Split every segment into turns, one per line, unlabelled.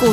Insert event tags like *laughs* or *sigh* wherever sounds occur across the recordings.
股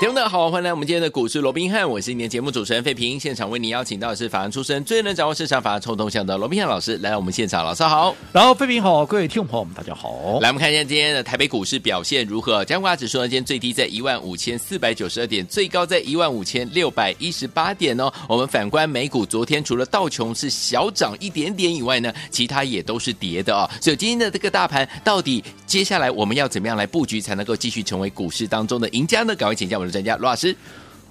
听众大家好，欢迎来我们今天的股市罗宾汉，我是你的节目主持人费平。现场为您邀请到的是法案出身、最能掌握市场法案冲动向的罗宾汉老师来到我们现场，老师好。
然后，费平好，各位听众朋友们，大家好。
来，我们看一下今天的台北股市表现如何？加权指数呢，今天最低在15,492点，最高在15,618点哦。我们反观美股，昨天除了道琼是小涨一点点以外呢，其他也都是跌的哦。所以今天的这个大盘，到底接下来我们要怎么样来布局，才能够继续成为股市当中的赢家呢？赶快请教我们的专家罗老师。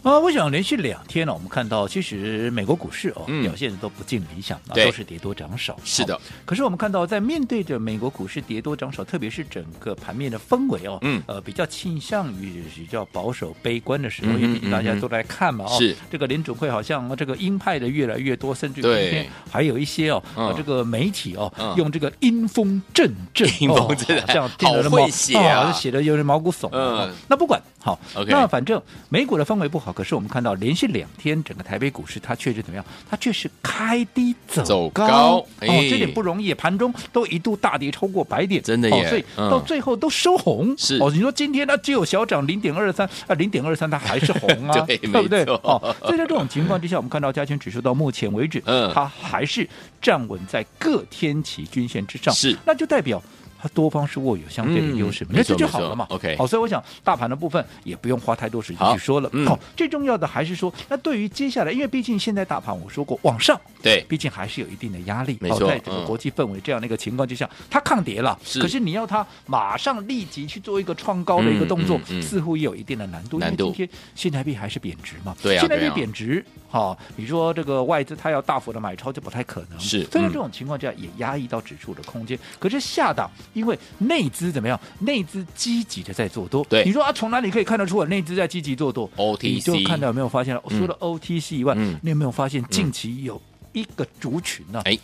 啊，我想连续两天呢、我们看到其实美国股市哦、
嗯
表现都不尽理想啊，
对
都是跌多涨少。
是的
哦可是我们看到在面对着美国股市跌多涨少，特别是整个盘面的氛围哦，
嗯
呃，比较倾向于比较保守悲观的时
嗯
候，
哼
因为大家
嗯哼
都来看嘛哦，
是
这个联准会好像这个鹰派的越来越多，甚至于
对
今天还有一些哦，
嗯
呃这个媒体哦，
嗯
用这个阴风阵阵，
阴风阵阵
哦好像听着那
好
么
会写啊
哦好像写的有点毛骨悚然哦
嗯。
那不管好
OK
那反正美股的氛围不好，可是我们看到连续两天整个台北股市它确实怎么样？它确实开低走
走
高
高
哦
哎，
这点不容易，盘中都一度大跌超过百点，
真的
哦
耶
所以
嗯
到最后都收红。
是
哦，你说今天它只有小涨零点二三啊，零点二三它还是红啊，
*laughs* 对
*laughs* 对不对
没？错
哦，所以在这种情况之下，我们看到加权指数到目前为止，
嗯
它还是站稳在各天期均线之上，
是
那就代表。它多方是握有相对的优势嘛，
嗯
那
没错
这就
没
好
错
了嘛。
OK
好，哦所以我想大盘的部分也不用花太多时间
好
去说了。
嗯
好，最重要的还是说，那对于接下来，因为毕竟现在大盘我说过往上，
对
毕竟还是有一定的压力。
没
好
错
在整个
嗯
国际氛围这样的一个情况之下，它抗跌了，
是
可是你要它马上立即去做一个创高的一个动作，
嗯嗯嗯
似乎也有一定的难度。
难度
因为今天新台币还是贬值嘛，
对啊
现在
对
币
啊
贬值，好、你说这个外资它要大幅的买超就不太可能。
是
所以在
嗯
这种情况之下也压抑到指数的空间。可是下档，因为内资怎么样？内资积极的在做多。
对
你说啊，从哪里可以看得出来内资在积极做多
OTC
你就看到有没有发现了？除了 OTC 以外，
嗯
你有没有发现近期有一个族群呢、
哎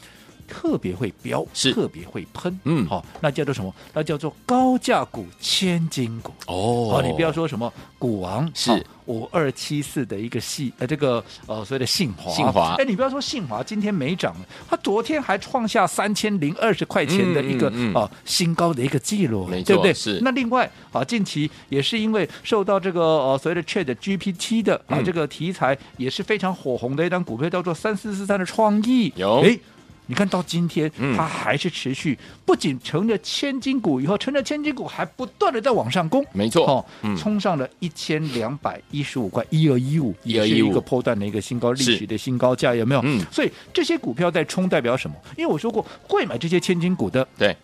特别会飙，
是
特别会喷，
嗯
好、那叫做什么？那叫做高价股、千金股。
哦
哦，你不要说什么股王
是
五二七四的一个系呃这个呃所谓的信华，
信华
哎，你不要说信华今天没涨了，它昨天还创下三千零二十块钱的一个啊
嗯嗯嗯
新高的一个记录，
没错
对不对？
是
那另外啊，近期也是因为受到这个呃所谓的 Chat GPT 的啊、
嗯
这个题材也是非常火红的一张股票，叫做三四四三的创意，
有
哎。你看到今天
嗯，
它还是持续，不仅乘着千金股以后，乘着千金股还不断的在往上攻，
没错
哦
嗯，
冲上了一千两百一十五块，一二一五，也
1215
是一个波段的一个新高，历
是
史的新高价，有没有？
嗯
所以这些股票在冲代表什么？因为我说过，会买这些千金股的，
对，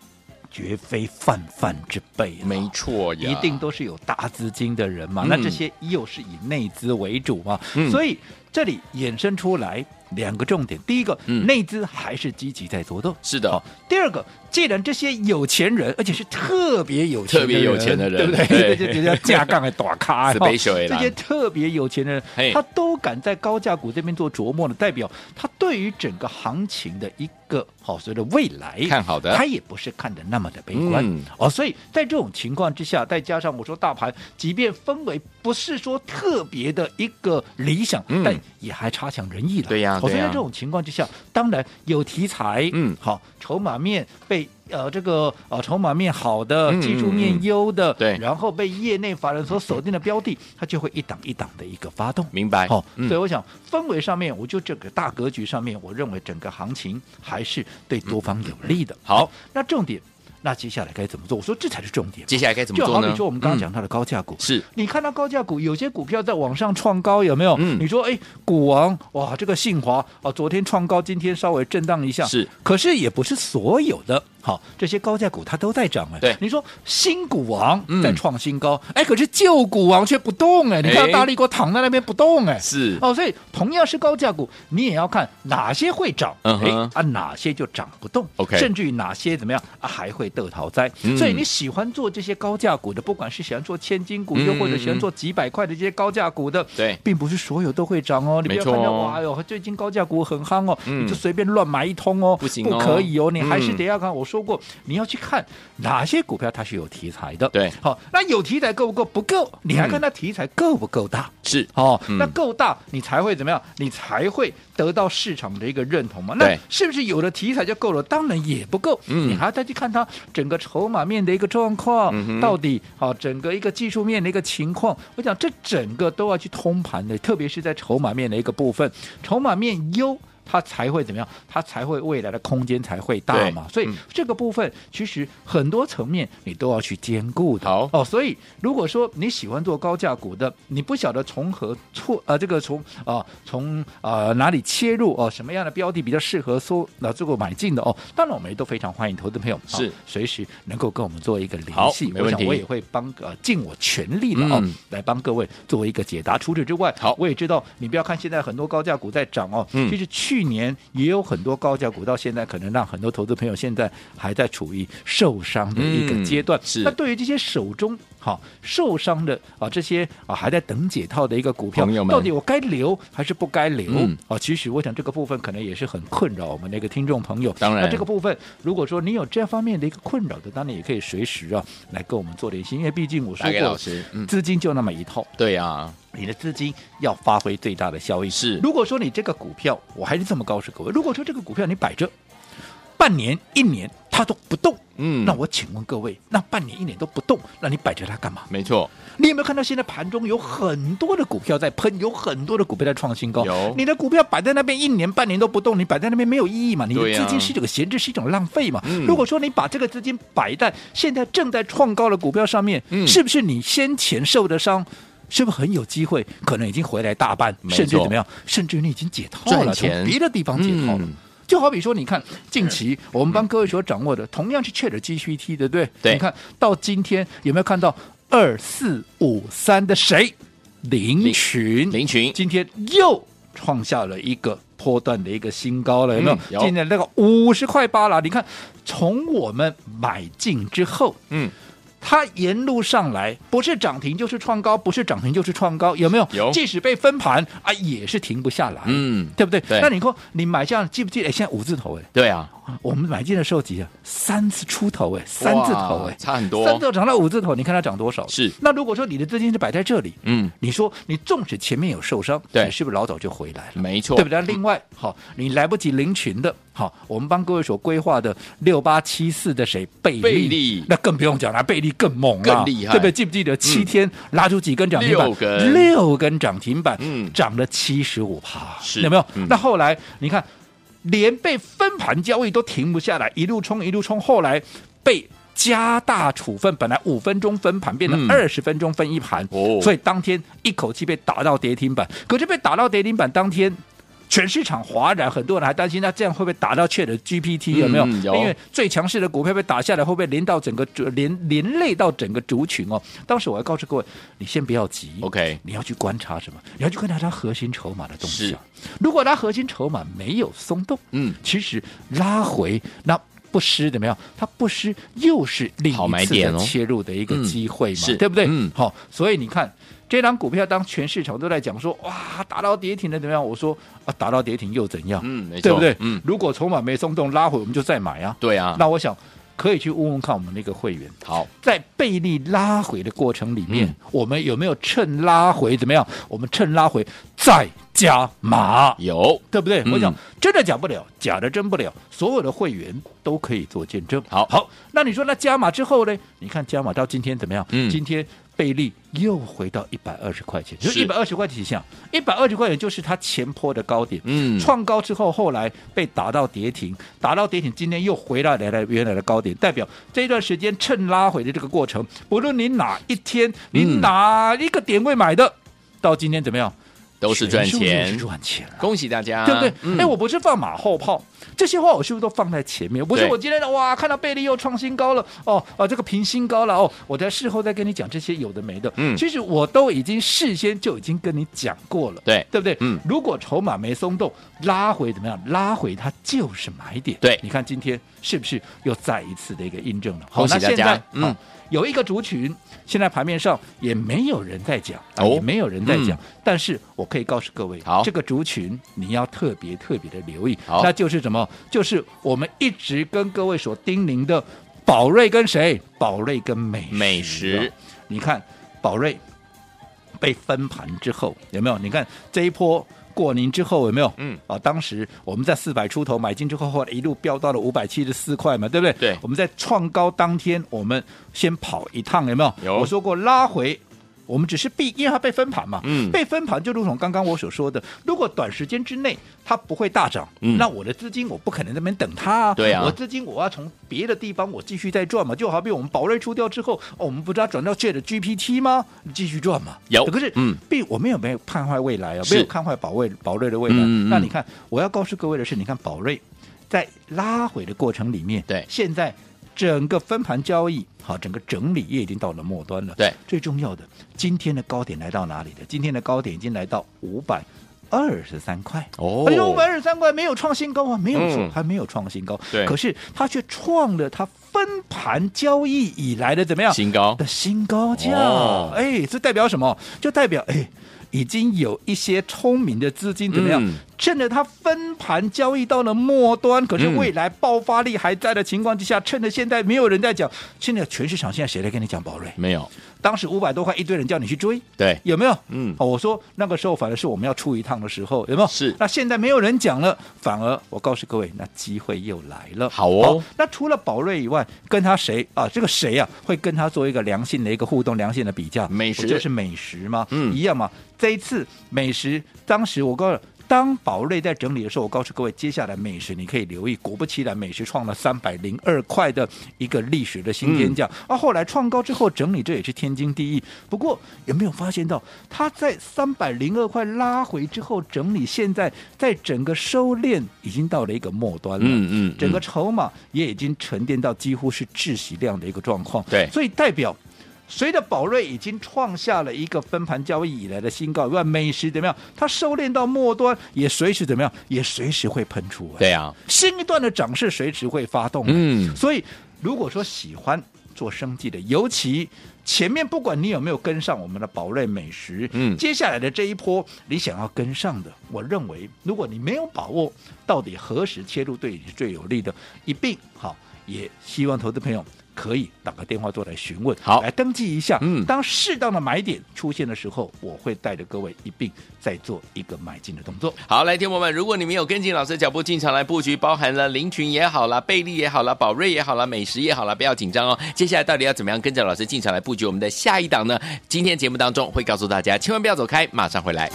绝非泛泛之辈、啊，
没错呀，
一定都是有大资金的人嘛。
嗯
那这些又是以内资为主嘛，
嗯
所以这里衍生出来两个重点：第一个，
嗯
内资还是积极在做动。
是的
好，第二个，既然这些有钱人，而且是特别有钱
特
的人、
别有钱的人
对不对？
对
*laughs* 这就叫架杠的大
*laughs*
咖，
是 special 的人
这些特别有钱的人
嘿，
他都敢在高价股这边做琢磨的，代表他对于整个行情的一个好所谓的未来
看好的
他也不是看的那么的悲观、
嗯
哦。所以在这种情况之下，再加上我说大盘，即便氛围不是说特别的一个理想，
嗯
但也还差强人意了。
对呀
哦所以
对呀
在这种情况之下，当然有题材，
嗯
好，筹码面被。呃，这个呃，筹码面好的，
嗯
技术
嗯
面
嗯
优的，
对
然后被业内法人所锁定的标的，它就会一档一档的一个发动。
明白
好、
嗯
所以我想氛围上面，我就整个大格局上面，我认为整个行情还是对多方有利的。
嗯好，
那重点，那接下来该怎么做？我说这才是重点。
接下来该怎么
就
做
好
呢？
比说我们刚刚
嗯
讲到的高价股，
是
你看到高价股有些股票在往上创高，有没有？
嗯
你说哎，股王哇，这个信华啊，昨天创高，今天稍微震荡一下，
是，
可是也不是所有的好这些高价股它都在涨哎。
对
你说新股王
嗯
在创新高，哎、可是旧股王却不动哎，你看
哎
到大力给我躺在那边不动哎。
是
哦，所以同样是高价股，你也要看哪些会涨，
嗯
哎
哼
啊，哪些就涨不动
OK
甚至于哪些怎么样、啊、还会得逃灾、
嗯
所以你喜欢做这些高价股的，不管是喜欢做千金股，
嗯
又或者喜欢做几百块的这些高价股的，
对
并不是所有都会涨哦。你不
没
要
错
看到
哦
哇哟，最近高价股很夯哦，
嗯
你就随便乱买一通哦，
不行哦
不可以哦，你还是
嗯
得要看。我说过，你要去看哪些股票它是有题材的。
对嗯
好，那有题材够不够？不够，你还看它题材够不够大？
是
哦，
嗯
那够大，你才会怎么样？你才会得到市场的一个认同嘛？那
对
是不是有的题材就够了？当然也不够，
嗯
你还要再去看它整个筹码面的一个状况，
嗯哼
到底啊整个一个技术面的一个情况，我讲这整个都要去通盘的，特别是在筹码面的一个部分，筹码面优。它才会怎么样？它才会未来的空间才会大
对
嘛。所以
嗯
这个部分其实很多层面你都要去兼顾的。
好
哦，所以如果说你喜欢做高价股的，你不晓得从何错呃，这个从啊、从呃哪里切入哦、什么样的标的比较适合搜那、这个买进的哦，当然我们也都非常欢迎投资朋友
是
哦随时能够跟我们做一个联
好
系，
没
我
问
想
题
我也会帮呃尽我全力的哦、
嗯
来帮各位做一个解答。除此之外，
好
我也知道你不要看现在很多高价股在涨哦，
嗯
其实去年也有很多高价股到现在可能让很多投资朋友现在还在处于受伤的一个
嗯
阶段，
是
那对于这些手中好、受伤的啊，这些啊还在等解套的一个股票
朋友，们
到底我该留还是不该留？
嗯
啊，其实我想这个部分可能也是很困扰我们的一个听众朋友。
当然
那这个部分如果说你有这方面的一个困扰的，当然也可以随时啊来跟我们做联系，因为毕竟我说
打给老
过，
师，嗯，
资金就那么一套，
对啊，
你的资金要发挥最大的效益。
是
如果说你这个股票，我还是这么告诉各位，如果说这个股票你摆着半年、一年它都不动，
嗯
那我请问各位，那半年一年都不动，那你摆着它干嘛？
没错，
你有没有看到现在盘中有很多的股票在喷，有很多的股票在创新高？
有
你的股票摆在那边一年半年都不动，你摆在那边没有意义嘛？你的
对呀
资金是一种闲置，是一种浪费嘛？
嗯
如果说你把这个资金摆在现在正在创高的股票上面，
嗯
是不是你先前受的伤？是不是很有机会？可能已经回来大半，
没错
甚至怎么样？甚至你已经解套了，
赚钱
从别的地方解套了。
嗯
就好比说，你看近期我们帮各位所掌握的，同样是 Chat GPT，对不对？
对
你看 *laughs* 到今天有没有看到二四五三的谁？林群，
林群
今天又创下了一个波段的一个新高了，有没有
嗯？有
今天那个五十块八了，你看从我们买进之后，
嗯，
它沿路上来，不是涨停就是创高，不是涨停就是创高，有没有？
有
即使被分盘啊，也是停不下来，
嗯
对不对？
对
那你说你买这样记不记得？哎现在五字头哎，
对啊，
我们买进的时候几啊？三次出头哎，三字头
哇
哎，
差很
三
多
字，头涨到五字头，你看它涨多少？
哦是
那如果说你的资金是摆在这里，
嗯，
你说你纵使前面有受伤，
对
你是不是老早就回来了？
没错，
对不对？另外，好，你来不及领群的，好，我们帮各位所规划的六八七四的谁贝利，
贝利
那更不用讲了，贝利更猛了，啊
更厉害
对不对？记不记得七天拉出几根涨停板？
六根
六根涨停板，
嗯
涨了七十五趴，
是
有没有？
嗯
那后来你看，连被分盘交易都停不下来，一路冲一路冲，后来被。加大处分，本来五分钟分盘变成
嗯
二十分钟分一盘，
哦
所以当天一口气被打到跌停板。可是被打到跌停板当天，全市场哗然，很多人还担心，那这样会不会打到 Chat GPT 有没有？
嗯有
因为最强势的股票被打下来，会不会连到整个族连连累到整个族群哦？当时我还告诉各位，你先不要急
OK
你要去观察什么？你要去观察它核心筹码的动
是
向。如果它核心筹码没有松动，
嗯，
其实拉回那。不失怎么样？它不失又是另
好买
一次
点
的
哦
切入的一个
嗯
机会嘛，
是
对不对？
嗯
好、所以你看这张股票，当全市场都在讲说哇打到跌停了怎么样？我说啊打到跌停又怎样？
嗯，没错，
对不对？
嗯，
如果筹码没松动，拉回我们就再买啊。
对啊，
那我想可以去问问看我们那个会员，
好，
在贝利拉回的过程里面，
嗯
我们有没有趁拉回怎么样？我们趁拉回再加码。
有
对不对？
嗯
我讲真的假不了，假的真不了。所有的会员都可以做见证。
好
好，那你说那加码之后呢？你看加码到今天怎么样？
嗯
今天贝利又回到一百二十块钱，就是一百二十块钱以下，一百二十块钱就是它前坡的高点。
嗯
创高之后，后来被打到跌停，打到跌停，今天又回到来了原来的高点，代表这段时间趁拉回的这个过程，不论你哪一天，你
嗯
哪一个点位买的，到今天怎么样？
都是赚
全数都是
钱，
赚钱了。
恭喜大家，
对不对？哎、
嗯
我不是放马后炮，这些话我是不是都放在前面？不是
对
我今天的哇，看到贝利又创新高了，哦啊，这个平新高了哦，我在事后再跟你讲这些有的没的，
嗯
其实我都已经事先就已经跟你讲过了，
对
对不对？
嗯
如果筹码没松动，拉回怎么样？拉回它就是买点，
对
你看今天是不是又再一次的一个印证了？
恭喜
那
大
现
家
在
嗯
好有一个族群，现在盘面上也没有人在讲，啊
哦
也没有人在讲，但是我可以告诉各位，
好
这个族群你要特别特别的留意，
好
那就是什么？就是我们一直跟各位所叮咛的宝瑞跟谁？宝瑞跟美食
美食
你看宝瑞被分盘之后有没有？你看这一波。过年之后有没有？
嗯
啊，当时我们在四百出头买进之后，后来一路飙到了五百七十四块嘛，对不对？
对
我们在创高当天，我们先跑一趟，有没有？
有
我说过拉回，我们只是避，因为它被分盘嘛。
嗯
被分盘就如同刚刚我所说的，如果短时间之内它不会大涨，
嗯
那我的资金我不可能在那边等它、啊。
对啊
我资金我要从别的地方我继续再赚嘛，就好比我们宝瑞出掉之后，哦，我们不知道转到 Chat GPT 吗？继续赚嘛。
有
可是
嗯
嗯，并我们有没有看坏未来啊？
是
没有看坏宝瑞宝瑞的未来。
嗯嗯
那你看，我要告诉各位的是，你看宝瑞在拉回的过程里面，
对
现在。整个分盘交易，好，整个整理也已经到了末端了。
对，
最重要的，今天的高点来到哪里了？今天的高点已经来到五百二十三块。
哦
哎呦，五百二十三块没有创新高啊，没有创、
嗯
还没有创新高。
对
可是它却创了它分盘交易以来的怎么样
新高
的新高价？
哦
哎，这代表什么？就代表哎。已经有一些聪明的资金怎么样？
嗯
趁着它分盘交易到了末端，可是
嗯
未来爆发力还在的情况之下，趁着现在没有人在讲，现在全市场现在谁来跟你讲宝瑞？
没有，
当时五百多块，一堆人叫你去追，
对，
有没有？
嗯
哦，我说那个时候反而是我们要出一趟的时候，有没有？
是
那现在没有人讲了，反而我告诉各位，那机会又来了。
好哦
那除了宝瑞以外，跟他谁啊？这个谁啊，会跟他做一个良性的一个互动、良性的比较？
美食
不就是美食吗？
嗯
一样嘛。这一次美食，当时我告诉。当宝瑞在整理的时候，我告诉各位，接下来美食你可以留意。果不其然，美食创了三百零二块的一个历史的新天价。而、啊后来创高之后整理，这也是天经地义。不过有没有发现到，它在三百零二块拉回之后整理，现在在整个收敛已经到了一个末端了。
嗯嗯，
整个
嗯
筹码也已经沉淀到几乎是窒息量的一个状况。
对
所以代表。随着宝瑞已经创下了一个分盘交易以来的新高以外，美食怎么样？它收敛到末端，也随时怎么样？也随时会喷出来。
对啊，
新一段的涨势随时会发动。
嗯
所以如果说喜欢做生计的，尤其前面不管你有没有跟上我们的宝瑞美食，
嗯
接下来的这一波你想要跟上的，我认为如果你没有把握到底何时切入对你是最有利的，一并好，也希望投资朋友。可以打个电话做来询问，
好
来登记一下。
嗯
当适当的买点出现的时候，我会带着各位一并再做一个买进的动作。
好，来，听众朋友们，如果你们有跟进老师的脚步进场来布局，包含了林群也好啦，贝利也好啦，宝瑞也好啦，美食也好啦，不要紧张哦。接下来到底要怎么样跟着老师进场来布局我们的下一档呢？今天节目当中会告诉大家，千万不要走开，马上回来。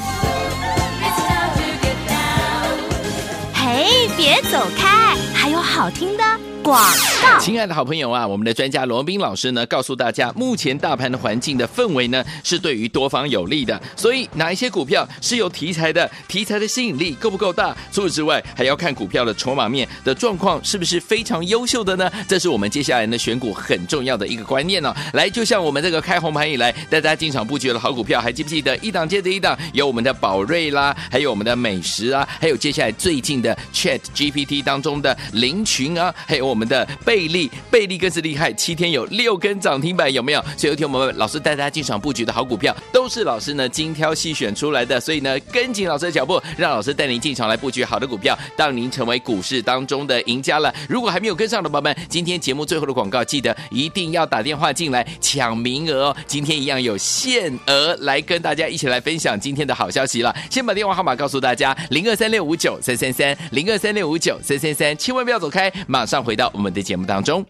嘿，别走开，还有好听的广告。
亲爱的好朋友啊，我们的专家罗文斌老师呢，告诉大家，目前大盘的环境的氛围呢，是对于多方有利的。所以哪一些股票是有题材的？题材的吸引力够不够大？除此之外，还要看股票的筹码面的状况是不是非常优秀的呢？这是我们接下来呢选股很重要的一个观念哦。来，就像我们这个开红盘以来，大家进场布局的好股票，还记不记得一档接着一档，有我们的宝瑞啦，还有我们的美食啊，还有接下来最近的 Chat GPT 当中的林群啊，还有我们的贝利，贝利更是厉害，七天有六根涨停板，有没有？所以有天我们老师带大家进场布局的好股票，都是老师呢精挑细选出来的，所以呢跟紧老师的脚步，让老师带您进场来布局好的股票，让您成为股市当中的赢家了。如果还没有跟上的宝宝们，今天节目最后的广告，记得一定要打电话进来抢名额哦，今天一样有限额来跟大家一起来分享哦今天的好消息了。先把电话号码告诉大家：零二三六五九三三三，零二三六五九三三三，千万不要走开，马上回到我们的节目当中。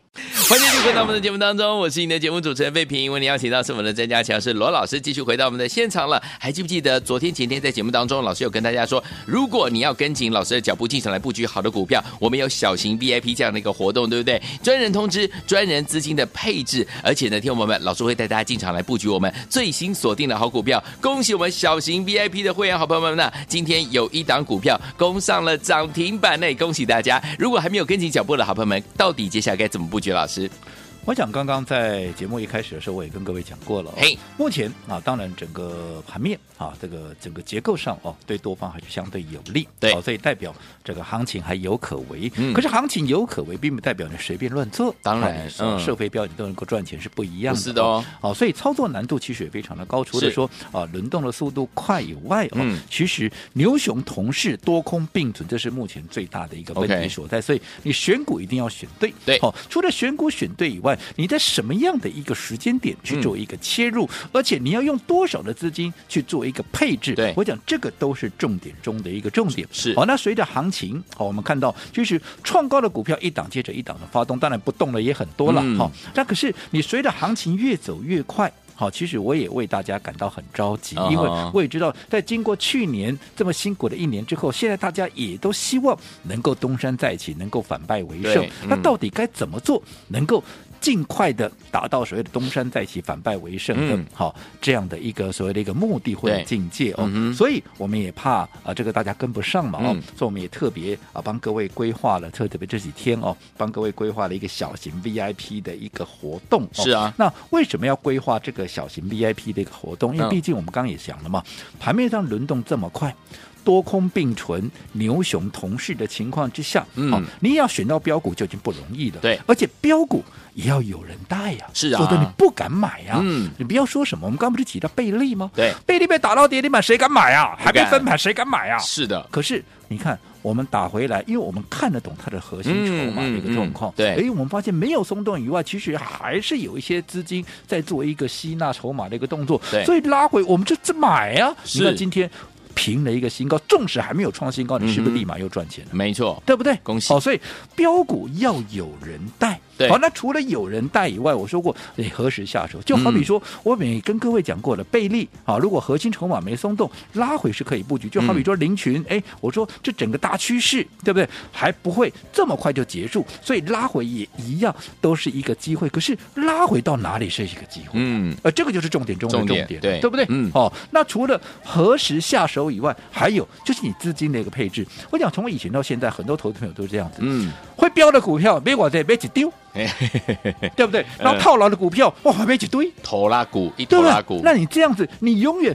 欢迎继续回到我们的节目当中，我是你的节目主持人费平。为你邀请到是我们的专家乔是罗老师，继续回到我们的现场了。还记不记得昨天、前天在节目当中，老师有跟大家说，如果你要跟紧老师的脚步进场来布局好的股票，我们有小型 VIP 这样的一个活动，对不对？专人通知、专人资金的配置，而且呢，听我们老师会带大家进场来布局我们最新锁定的好股票。恭喜我们小型 VIP 的会员好朋友们呢，今天有一档股票攻上了涨停板呢，恭喜大家！如果还没有跟紧脚步的好朋友们，到底接下来该怎么布局？老师，
我想刚刚在节目一开始的时候，我也跟各位讲过了、哦。
嘿
目前啊，当然整个盘面啊，这个整个结构上哦，对多方还是相对有利。
对
哦所以代表这个行情还有可为。
嗯
可是行情有可为，并不代表你随便乱做。
当然
啊你说
嗯
社会标你都能够赚钱是不一样的。
不是的哦。
好、所以操作难度其实也非常的高。除了
是
说啊轮动的速度快以外，哦，
嗯
其实牛熊同市多空并存，这是目前最大的一个问
OK
题所在。所以你选股一定要选对。
对
好、除了选股选对以外，你在什么样的一个时间点
嗯
去做一个切入，而且你要用多少的资金去做一个配置？
对
我讲这个都是重点中的一个重点。
是
好、那随着行情，好、我们看到就是创高的股票一档接着一档的发动，当然不动了也很多了，
嗯
好、那可是你随着行情越走越快。好，其实我也为大家感到很着急，
啊哈
因为我也知道，在经过去年这么辛苦的一年之后，现在大家也都希望能够东山再起，能够反败为胜
对。
那
嗯
到底该怎么做，能够尽快的达到所谓的东山再起、反败为胜的
嗯
好这样的一个所谓的一个目的或者
对
境界哦
嗯？哼
所以我们也怕啊、这个大家跟不上嘛哦，
嗯
所以我们也特别啊帮各位规划了，特特别这几天哦，帮各位规划了一个小型 VIP 的一个活动、哦。
是啊
那为什么要规划这个小型 VIP 的一个活动？因为
嗯
毕竟我们刚刚也讲了嘛，盘面上轮动这么快。多空并存、牛熊同市的情况之下，
嗯
好你要选到标股就已经不容易了。
对
而且标股也要有人带呀、
是啊
否则你不敢买呀、
嗯
你不要说什么，我们刚刚不是提到贝利吗？
对
贝利被打到跌停板，谁敢买啊？还
不敢
没分盘，谁敢买啊？
是的，
可是你看，我们打回来，因为我们看得懂它的核心筹码的
嗯
一个状况，
嗯嗯对
哎，我们发现没有松动以外，其实还是有一些资金在做一个吸纳筹码的一个动作
对，
所以拉回我们就这买啊，
是
你看今天平了一个新高，纵使还没有创新高，你是
嗯
不是
哼
立马又赚钱了？
没错，
对不对？
恭喜
哦，所以标股要有人带。
对
好，那除了有人带以外，我说过，你何时下手？就好
嗯
比说，我每跟各位讲过的贝利啊，如果核心筹码没松动，拉回是可以布局。就好比
嗯
说林群，哎、我说这整个大趋势，对不对？还不会这么快就结束，所以拉回也一样，都是一个机会。可是拉回到哪里是一个机会？
嗯，
呃，这个就是重点中的
重
重
点
点，
对
不对？
嗯
哦，那除了何时下手以外，还有就是你资金的一个配置。我讲从我以前到现在，很多投资朋友都是这样子，
嗯，
会标的股票别管这别几丢，
嘿嘿嘿嘿嗯嘿
对不对？然后套牢的股票哇，还没几堆，
头拉股一
对
头
不
拉
对
股？，
那你这样子，你永远。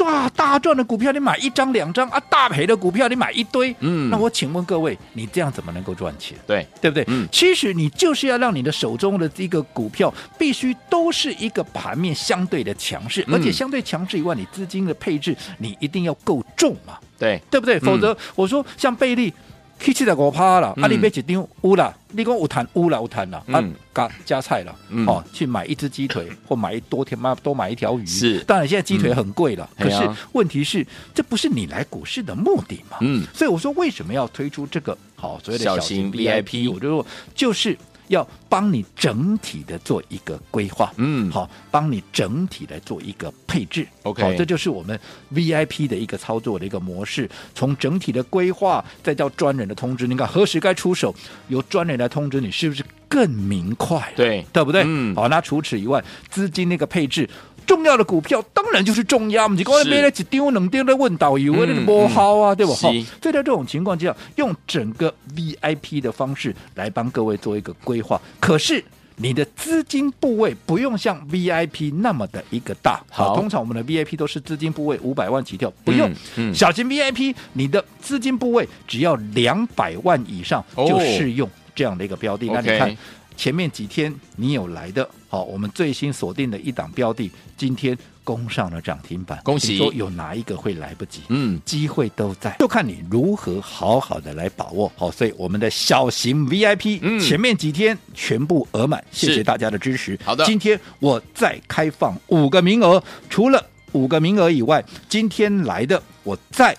哇，大赚的股票你买一张两张啊，大赔的股票你买一堆，
嗯
那我请问各位，你这样怎么能够赚钱？
对，
对不对？
嗯
其实你就是要让你的手中的这个股票必须都是一个盘面相对的强势，
嗯
而且相对强势以外，你资金的配置你一定要够重嘛，
对，
对不对？否则我说像贝利。K 七的我趴了，
嗯
啊，你买一张乌啦，你讲有谈乌啦有谈啦，啊
嗯，
加加菜了
嗯，
哦，去买一只鸡腿或买一多天妈多买一条鱼，
是
当然现在鸡腿很贵了，
嗯
可是
哎呀
问题是这不是你来股市的目的嘛？
嗯，
所以我说为什么要推出这个好所谓的
小
小型
型
VIP？
VIP
我就说就是要帮你整体的做一个规划，
嗯
好，帮你整体来做一个配置。
OK
好，这就是我们 VIP 的一个操作的一个模式，从整体的规划，再到专人的通知，你看何时该出手，由专人来通知你，是不是更明快了？
对
对不对？
嗯
好，那除此以外，资金那个配置。重要的股票当然就是重要，你光
是
买了一丢两丢的问导游，
嗯
那是不好啊，对不？
是
好，所以在这种情况之下，用整个 VIP 的方式来帮各位做一个规划。可是你的资金部位不用像 VIP 那么的一个大。
好
通常我们的 VIP 都是资金部位五百万起跳，不用。
嗯嗯
小型 VIP 你的资金部位只要两百万以上
哦
就适用这样的一个标的。那你
OK
看。前面几天你有来的，好，我们最新锁定的一档标的，今天攻上了涨停板，
恭喜
你说有哪一个会来不及？
嗯，
机会都在，就看你如何好好的来把握。好，所以我们的小型 VIP，、
嗯
前面几天全部额满，
是
谢谢大家的支持。
好的
今天我再开放五个名额，除了五个名额以外，今天来的我再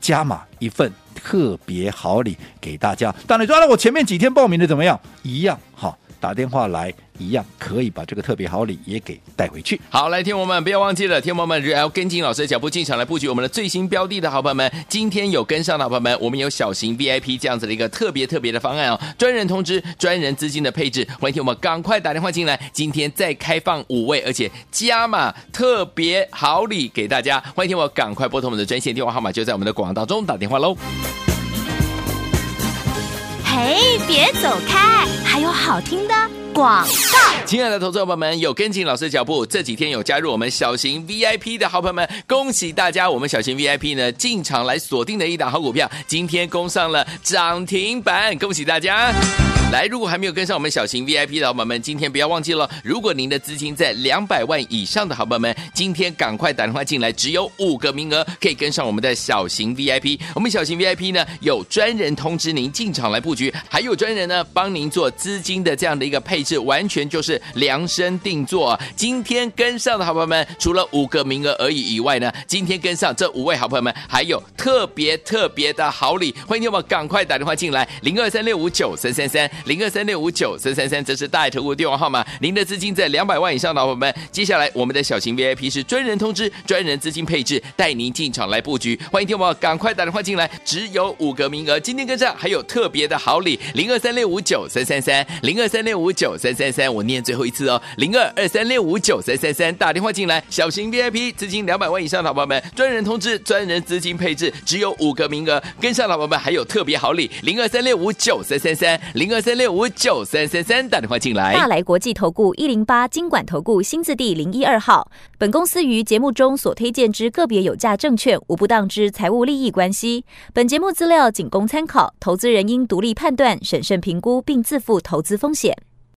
加码一份。特别好礼给大家，当然说，那我前面几天报名的怎么样？一样好，打电话来一样可以把这个特别好礼也给带回去。
好，来，天王们不要忘记了，天王们只要跟进老师的脚步进场来布局我们的最新标的的好朋友们，今天有跟上的好朋友们，我们有小型 VIP 这样子的一个特别特别的方案哦，专人通知，专人资金的配置，欢迎听我们赶快打电话进来，今天再开放五位，而且加码特别好礼给大家，欢迎听我赶快拨通我们的专线电话号码，就在我们的广告当中打电话喽。
嘿，别走开，还有好听的。广广。
*laughs* 亲爱的投资者朋友们，有跟紧老师的脚步，这几天有加入我们小型 VIP 的好朋友们，恭喜大家！我们小型 VIP 呢进场来锁定的一档好股票，今天攻上了涨停板，恭喜大家！来，如果还没有跟上我们小型 VIP 的好朋友们，今天不要忘记了，如果您的资金在两百万以上的好朋友们，今天赶快打电话进来，只有五个名额可以跟上我们的小型 VIP。我们小型 VIP 呢有专人通知您进场来布局，还有专人呢帮您做资金的这样的一个配置，完全就是量身定做、啊。今天跟上的好朋友们，除了五个名额而已以外呢，今天跟上这五位好朋友们还有特别特别的好礼，欢迎你们赶快打电话进来，零二三六五九三三三零二三六五九三三三，这是大爱投顾的电话号码。您的资金在两百万以上的好朋友们，接下来我们的小型 VIP 是专人通知、专人资金配置，带您进场来布局。欢迎听我赶快打电话进来，只有五个名额，今天跟上还有特别的好礼，零二三六五九三三三零二三六五九三三三，我念最后一次哦，零二二三六五九三三三，打电话进来，小型 VIP 资金两百万以上的好朋友们，专人通知、专人资金配置，只有五个名额，跟上老朋友们还有特别好礼，零二三六五九三三三零二三六五九三三三，打电话进来。
大来国际投顾一零八金管投顾新字第零一二号。本公司于节目中所推荐之个别有价证券，无不当之财务利益关系。本节目资料仅供参考，投资人应独立判断、审慎评估，并自负投资风险。